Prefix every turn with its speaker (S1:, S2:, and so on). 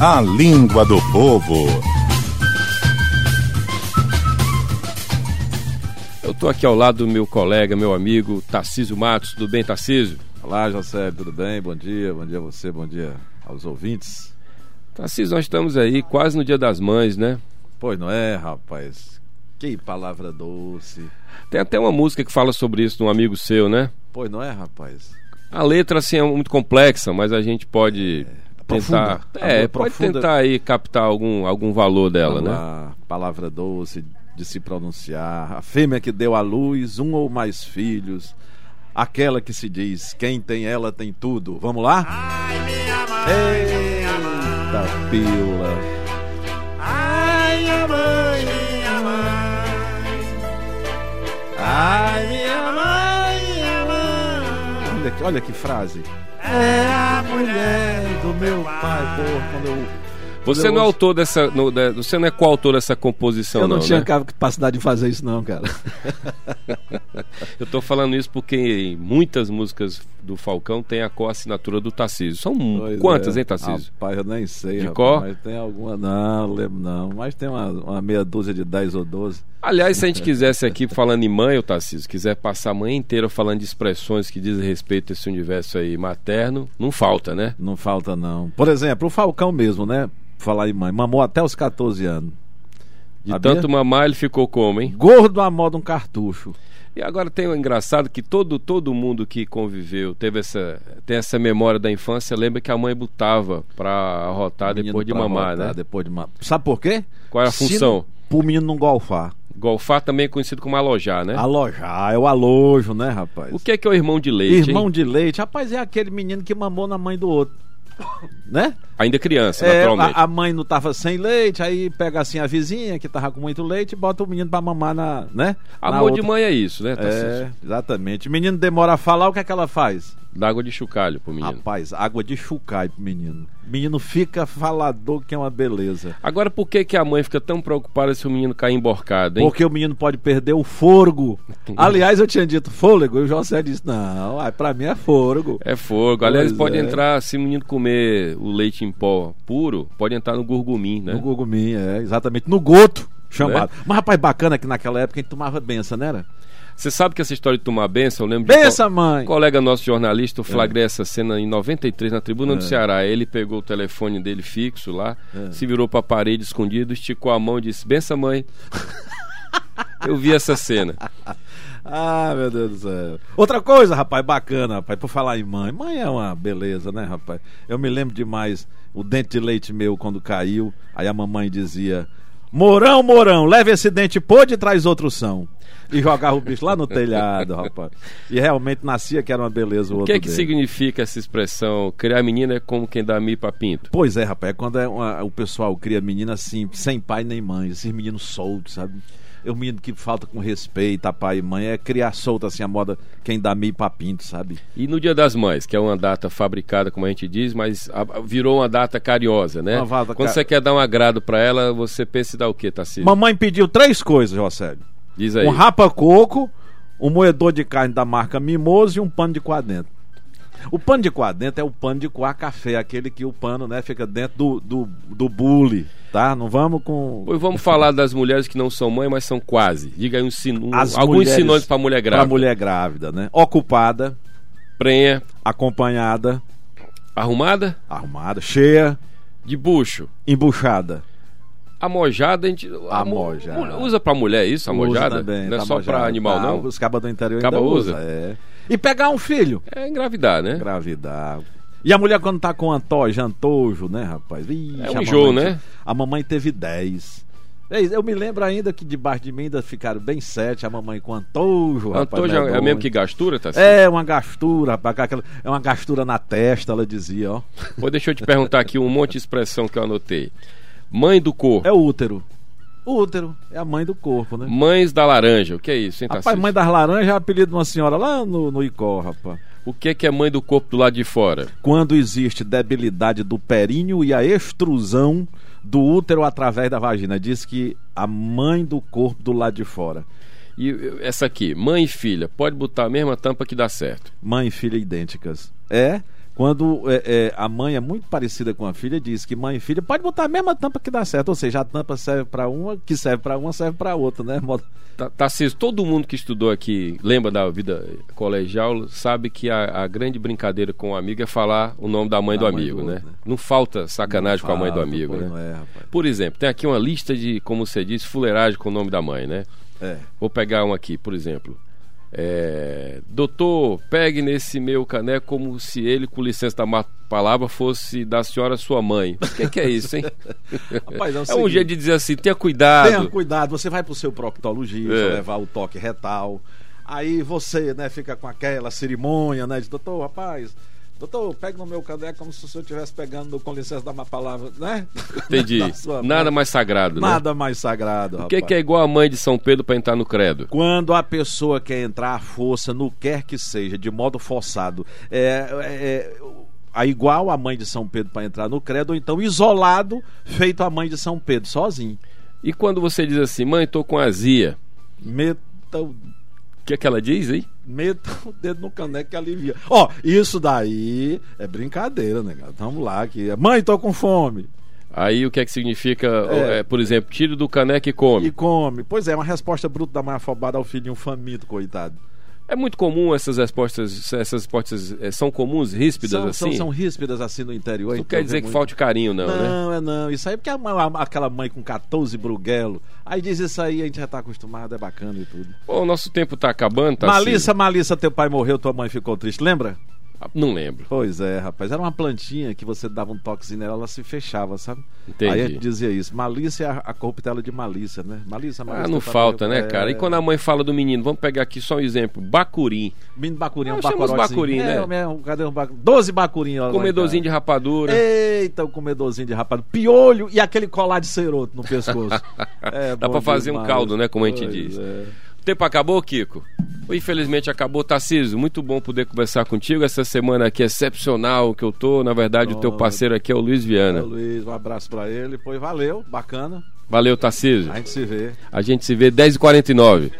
S1: A língua do povo.
S2: Eu estou aqui ao lado do meu colega, meu amigo Tarcísio Matos. Tudo bem, Tarcísio?
S3: Olá, José, tudo bem? Bom dia, bom dia a você, bom dia aos ouvintes.
S2: Tarcísio, nós estamos aí quase no Dia das Mães, né?
S3: Pois não é, rapaz? Que palavra doce.
S2: Tem até uma música que fala sobre isso de um amigo seu, né?
S3: Pois não é, rapaz?
S2: A letra assim é muito complexa, mas a gente pode
S3: Profunda.
S2: tentar, é,
S3: Amor
S2: pode
S3: profunda.
S2: tentar aí captar algum, algum valor dela, né?
S3: Falar, Palavra doce de se pronunciar. A fêmea que deu à luz um ou mais filhos. Aquela que se diz: quem tem ela tem tudo. Vamos lá?
S4: Ai, minha mãe, minha mãe.
S3: Eita pila.
S4: Ai, minha mãe, minha mãe. Ai, minha mãe, minha mãe.
S3: Olha, que- olha que frase.
S4: É a mulher
S3: Do meu pai, porra, quando eu.
S2: Você não é
S3: eu-
S2: autor dessa, no- da- você não é coautor dessa composição,
S5: Eu não, tinha
S2: né?
S5: capacidade de fazer isso, não, cara.
S2: Eu tô falando isso porque em muitas músicas do Falcão tem a co-assinatura do Tarcísio. São
S3: Pois
S2: quantas,
S3: é.
S2: hein, Tarcísio?
S3: Rapaz, eu nem sei.
S2: De
S3: rapaz,
S2: cor?
S3: Mas tem alguma. Não, lembro não. Mas tem uma, uma meia dúzia de 10 ou 12.
S2: Aliás, se a gente quisesse aqui falando em mãe, o Tarcísio, quiser passar a manhã inteira falando de expressões que dizem respeito a esse universo aí materno, não falta, né?
S3: Não falta, não. Por exemplo, o Falcão mesmo, né? Falar em mãe. Mamou até os 14 anos.
S2: De
S3: Sabia?
S2: tanto mamar ele ficou como, hein?
S3: Gordo à moda um cartucho.
S2: E agora tem o engraçado que todo todo mundo que conviveu teve essa tem essa memória da infância lembra que a mãe botava pra arrotar
S3: Menino
S2: Ah,
S3: tá
S2: depois de
S3: pra
S2: mamar,
S3: botar,
S2: né?
S3: é, Depois de mamar. Sabe por quê?
S2: Qual era a
S3: Se-
S2: função?
S3: Pro menino não golfar.
S2: Golfar também é conhecido como alojar, né?
S3: Alojar, é o alojo, né, rapaz?
S2: O que é que é o irmão de leite?
S3: Irmão
S2: hein?
S3: de leite. Rapaz, é aquele menino que mamou na mãe do outro. Né?
S2: Ainda criança,
S3: É,
S2: naturalmente.
S3: a, a mãe não tava sem leite, aí pega assim a vizinha que tava com muito leite e bota o menino pra mamar na, né? Na
S2: Amor de
S3: outra.
S2: mãe é isso, né, Tarcísio?
S3: É, exatamente. O menino demora a falar, o que é que ela faz?
S2: Dá água de chocalho pro menino.
S3: Rapaz, água de chucai pro menino. Menino fica falador que é uma beleza.
S2: Agora, por que, que a mãe fica tão preocupada se o menino cair emborcado, hein?
S3: Porque o menino pode perder o forgo.
S5: Aliás, eu tinha dito fôlego e o José disse: não, ai, pra mim é fôlego.
S2: É fogo. Aliás,
S5: Pois
S2: pode
S5: é.
S2: entrar, se o menino comer o leite em pó puro, pode entrar no gurgumim, né?
S3: No gogumim, é, exatamente. No goto, chamado.
S2: É.
S3: Mas, rapaz, bacana que naquela época a gente tomava benção, né? Era?
S2: Você sabe que essa história de tomar benção, eu lembro de
S3: Benção, mãe! É.
S2: um colega nosso jornalista, eu flagrei essa cena em 93 na tribuna do Ceará. Ele pegou o telefone dele fixo lá,
S3: É.
S2: se virou pra parede escondido, esticou a mão e disse: Benção, mãe. eu vi essa cena.
S3: Ah, meu Deus do céu. Outra coisa, rapaz, bacana, rapaz, por falar em mãe. Mãe é uma beleza, né, rapaz? Eu me lembro demais o dente de leite meu quando caiu. Aí a mamãe dizia: Morão, Morão, leva esse dente podre e traz outro são. E jogava o bicho lá no telhado, rapaz. E realmente nascia que era uma beleza o
S2: O
S3: outro.
S2: que é que
S3: dente.
S2: significa essa expressão? Criar menina é como quem dá mi pra pinto.
S3: Pois é, rapaz, é quando é uma- o pessoal cria menina assim, sem pai nem mãe, esses meninos soltos, sabe? É um menino que falta com respeito a pai e mãe, é criar solto assim a moda, quem dá meio pra pinto, sabe?
S2: E no Dia das Mães, que é uma data fabricada, como a gente diz, mas a- a- virou uma data carinhosa, né?
S3: Uma data
S2: Quando
S3: ca-
S2: você quer dar um agrado pra ela, você pensa em dar o quê, Tarcísio?
S3: Mamãe pediu três coisas, Rosélio.
S2: Diz aí.
S3: Um rapa-coco, um moedor de carne da marca Mimoso e um pano de coar dentro. O pano de coar dentro é o pano de coar café, aquele que o pano né, fica dentro do, do, do bule, tá? Não vamos com...
S2: Pois vamos falar das mulheres que não são mãe, mas são quase. Diga aí um sino...
S3: As
S2: alguns
S3: mulheres-
S2: sinônimos pra mulher grávida.
S3: Pra mulher grávida, né? Ocupada,
S2: Prenha,
S3: acompanhada,
S2: arrumada,
S3: arrumada, cheia,
S2: de bucho.
S3: embuchada.
S2: Amojada, a gente... a
S3: Amojada.
S2: mu- Usa pra mulher isso, amojada?
S3: Usa também,
S2: não é
S3: tá
S2: só pra
S3: mojada.
S2: animal,
S3: Tá,
S2: não?
S3: Os cabas do interior
S2: Caba
S3: ainda
S2: usa.
S3: usa. é. E pegar um filho.
S2: É engravidar, né?
S3: Engravidar. E a mulher quando tá com antojo, antojo, né, rapaz? Ixi,
S2: É um
S3: a mamãe
S2: enjoo,
S3: te-
S2: né?
S3: A mamãe teve 10. Ei, Eu me lembro ainda que debaixo de mim ainda ficaram bem sete, a mamãe com antojo, rapaz.
S2: Antônio é,
S3: medonho.
S2: o mesmo que gastura, Tarcísio?
S3: É, uma gastura, rapaz, aquela- é uma gastura na testa, ela dizia, ó.
S2: Pô, deixa eu te perguntar aqui um monte de expressão que eu anotei. Mãe do corpo.
S3: É o útero. O útero é a mãe do corpo, né?
S2: Mães da laranja. O que é isso, hein,
S3: Rapaz,
S2: Tarcísio?
S3: mãe das laranjas é o apelido de uma senhora lá no, no Icó, rapaz.
S2: O que é que é mãe do corpo do lado de fora?
S3: Quando existe debilidade do períneo e a extrusão do útero através da vagina. Diz que a mãe do corpo do lado de fora.
S2: E eh, essa aqui, mãe e filha. Pode botar a mesma tampa que dá certo.
S3: Mãe e filha idênticas. É? Quando é, é, a mãe é muito parecida com a filha, diz que mãe e filha pode botar a mesma tampa que dá certo. Ou seja, a tampa serve para uma, que serve para uma, serve para outra, né? Modo-
S2: Ta- Tá, Tarcísio, todo mundo que estudou aqui, lembra da vida colegial, sabe que a, a grande brincadeira com o amigo é falar o nome da mãe
S3: Da
S2: do
S3: mãe do
S2: amigo,
S3: outro,
S2: né?
S3: né?
S2: Não falta sacanagem com a mãe do
S3: Ah,
S2: amigo,
S3: pô,
S2: né?
S3: Não é, rapaz.
S2: Por exemplo, tem aqui uma lista de, como você disse, fuleiragem com o nome da mãe, né?
S3: É.
S2: Vou pegar um aqui, por exemplo. É, doutor, pegue nesse meu caneco como se ele, com licença da má palavra, fosse da senhora sua mãe. O que, que é isso, hein?
S3: Rapaz, é o
S2: é um
S3: seguinte.
S2: jeito de dizer assim, tenha cuidado.
S3: Tenha cuidado, você vai pro seu proctologista
S2: É.
S3: levar o toque retal. Aí você, né, fica com aquela cerimônia, né, de doutor, rapaz, doutor, pega no meu caderno como se o senhor estivesse pegando, no- com licença da má palavra, né?
S2: Entendi.
S3: Da sua
S2: Nada
S3: mãe.
S2: mais sagrado, né?
S3: Nada mais sagrado,
S2: O
S3: rapaz.
S2: que, que é igual a mãe de São Pedro para entrar no credo?
S3: Quando a pessoa quer entrar à força, no quer que seja, de modo forçado, é, é- é igual a mãe de São Pedro para entrar no credo, ou então isolado, feito a mãe de São Pedro, sozinho.
S2: E quando você diz assim, mãe, tô com azia,
S3: Meta o
S2: o que é que ela diz, hein?
S3: Meta o dedo no caneco que alivia. Ó, isso daí é brincadeira, né, cara? Vamos lá, que. Mãe, tô com fome.
S2: Aí o que é que significa,
S3: É.
S2: é, por exemplo, tiro do caneco e come?
S3: E come. Pois é, uma resposta bruta da mãe afobada ao filhinho faminto, coitado.
S2: É muito comum essas respostas, essas respostas eh, são comuns, ríspidas
S3: São, são,
S2: assim?
S3: são ríspidas assim no interior.
S2: Não
S3: então,
S2: quer dizer
S3: é
S2: que
S3: muito-
S2: falte carinho, não, né?
S3: Não, é não. Isso aí é porque a mãe- a- aquela mãe com 14 bruguelo. Aí diz isso aí, a gente já tá acostumado, é bacana e tudo.
S2: Bom, o nosso tempo tá acabando, tá?
S3: Malícia, malícia, teu pai morreu, tua mãe ficou triste, lembra?
S2: assim? Ah, Não lembro.
S3: Pois é, rapaz. Era uma plantinha que você dava um toquezinho nela, ela se fechava, sabe?
S2: Entendi.
S3: Aí a gente dizia isso. Malícia é a, a corruptela de malícia, né? Malícia, malícia.
S2: Ah, não
S3: tá-
S2: falta, né,
S3: é,
S2: cara? E quando a mãe fala do menino, vamos pegar aqui só um exemplo, bacurim,
S3: Menino bacurinho, um
S2: Nós chamamos
S3: bacorotezinho.
S2: bacurim, né?
S3: É, mesmo, cadê um bacurim? Doze bacurinhos.
S2: comedorzinho de rapadura.
S3: É. Eita, o comedorzinho de rapaz. Piolho e aquele colar de ceroto no pescoço. É,
S2: Dá
S3: bom
S2: pra fazer um
S3: demais.
S2: caldo, né, como a gente
S3: Pois
S2: diz.
S3: é.
S2: O tempo acabou, Kiko? Infelizmente acabou, Tarcísio. Muito bom poder conversar contigo. Essa semana aqui é excepcional que eu tô. Na verdade, o teu
S3: Ó.
S2: parceiro aqui é o Luiz
S3: Ô,
S2: Viana.
S3: Luiz, um abraço pra ele. Pois valeu, bacana.
S2: Valeu, Tarcísio.
S3: A gente se vê.
S2: A gente se vê 10h49.